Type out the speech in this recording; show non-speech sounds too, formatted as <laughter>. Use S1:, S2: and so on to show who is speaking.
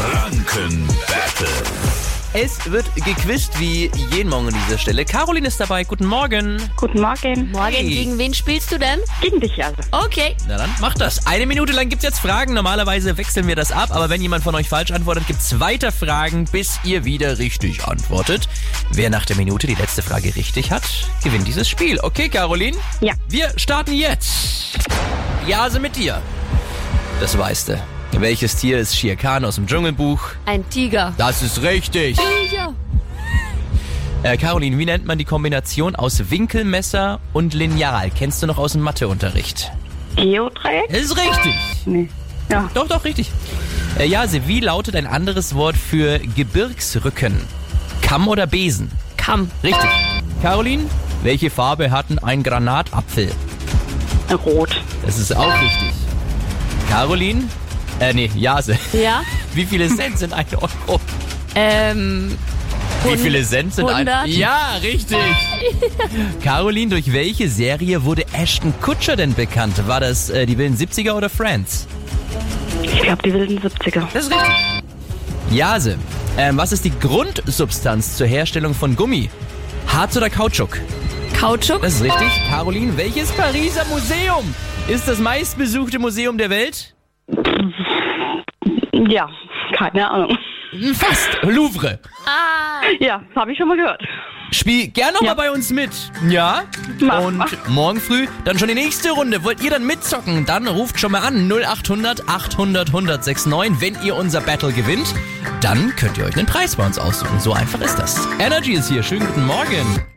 S1: Franken Battle.
S2: Es wird gequist wie jeden Morgen an dieser Stelle. Caroline ist dabei. Guten Morgen.
S3: Guten Morgen.
S4: Morgen,
S2: Hey.
S4: gegen wen spielst du denn?
S3: Gegen dich also.
S4: Okay.
S2: Na dann, macht das. Eine Minute lang gibt's jetzt Fragen. Normalerweise wechseln wir das ab, aber wenn jemand von euch falsch antwortet, gibt's weiter Fragen, bis ihr wieder richtig antwortet. Wer nach der Minute die letzte Frage richtig hat, gewinnt dieses Spiel. Okay, Caroline?
S3: Ja.
S2: Wir starten jetzt. Jase mit dir. Das weißt du. Welches Tier ist Shere Khan aus dem Dschungelbuch?
S4: Ein Tiger.
S2: Das ist richtig.
S4: Tiger.
S2: Äh, Caroline, wie nennt man die Kombination aus Winkelmesser und Lineal? Kennst du noch aus dem Matheunterricht?
S3: Geodreieck?
S2: Das ist richtig.
S3: Nee. Ja.
S2: Doch, doch, richtig. Äh, Jase, wie lautet ein anderes Wort für Gebirgsrücken? Kamm oder Besen?
S4: Kamm.
S2: Richtig. Caroline, welche Farbe hatten ein Granatapfel?
S3: Rot.
S2: Das ist auch richtig. Caroline, äh, nee, Jase,
S4: Ja.
S2: <laughs> wie viele Cent sind ein Euro?
S4: Ähm.
S2: Wie viele Cent sind ein...
S4: 100?
S2: Ja, richtig. <laughs> Caroline, durch welche Serie wurde Ashton Kutscher denn bekannt? War das äh, die wilden 70er oder Friends?
S3: Ich glaube, die wilden 70er.
S2: Das ist richtig. Jase, ähm, was ist die Grundsubstanz zur Herstellung von Gummi? Harz oder Kautschuk?
S4: Kautschuk.
S2: Das ist richtig. Caroline, welches Pariser Museum ist das meistbesuchte Museum der Welt?
S3: Ja, keine Ahnung.
S2: Fast. Louvre.
S4: Ah.
S3: Ja, habe ich schon mal gehört.
S2: Spiel gern nochmal
S3: Ja.
S2: bei uns mit. Ja.
S3: Mach,
S2: Und
S3: mach.
S2: morgen früh dann schon die nächste Runde. Wollt ihr dann mitzocken? Dann ruft schon mal an 0800 800 1069. Wenn ihr unser Battle gewinnt, dann könnt ihr euch einen Preis bei uns aussuchen. So einfach ist das. Energy ist hier. Schönen guten Morgen.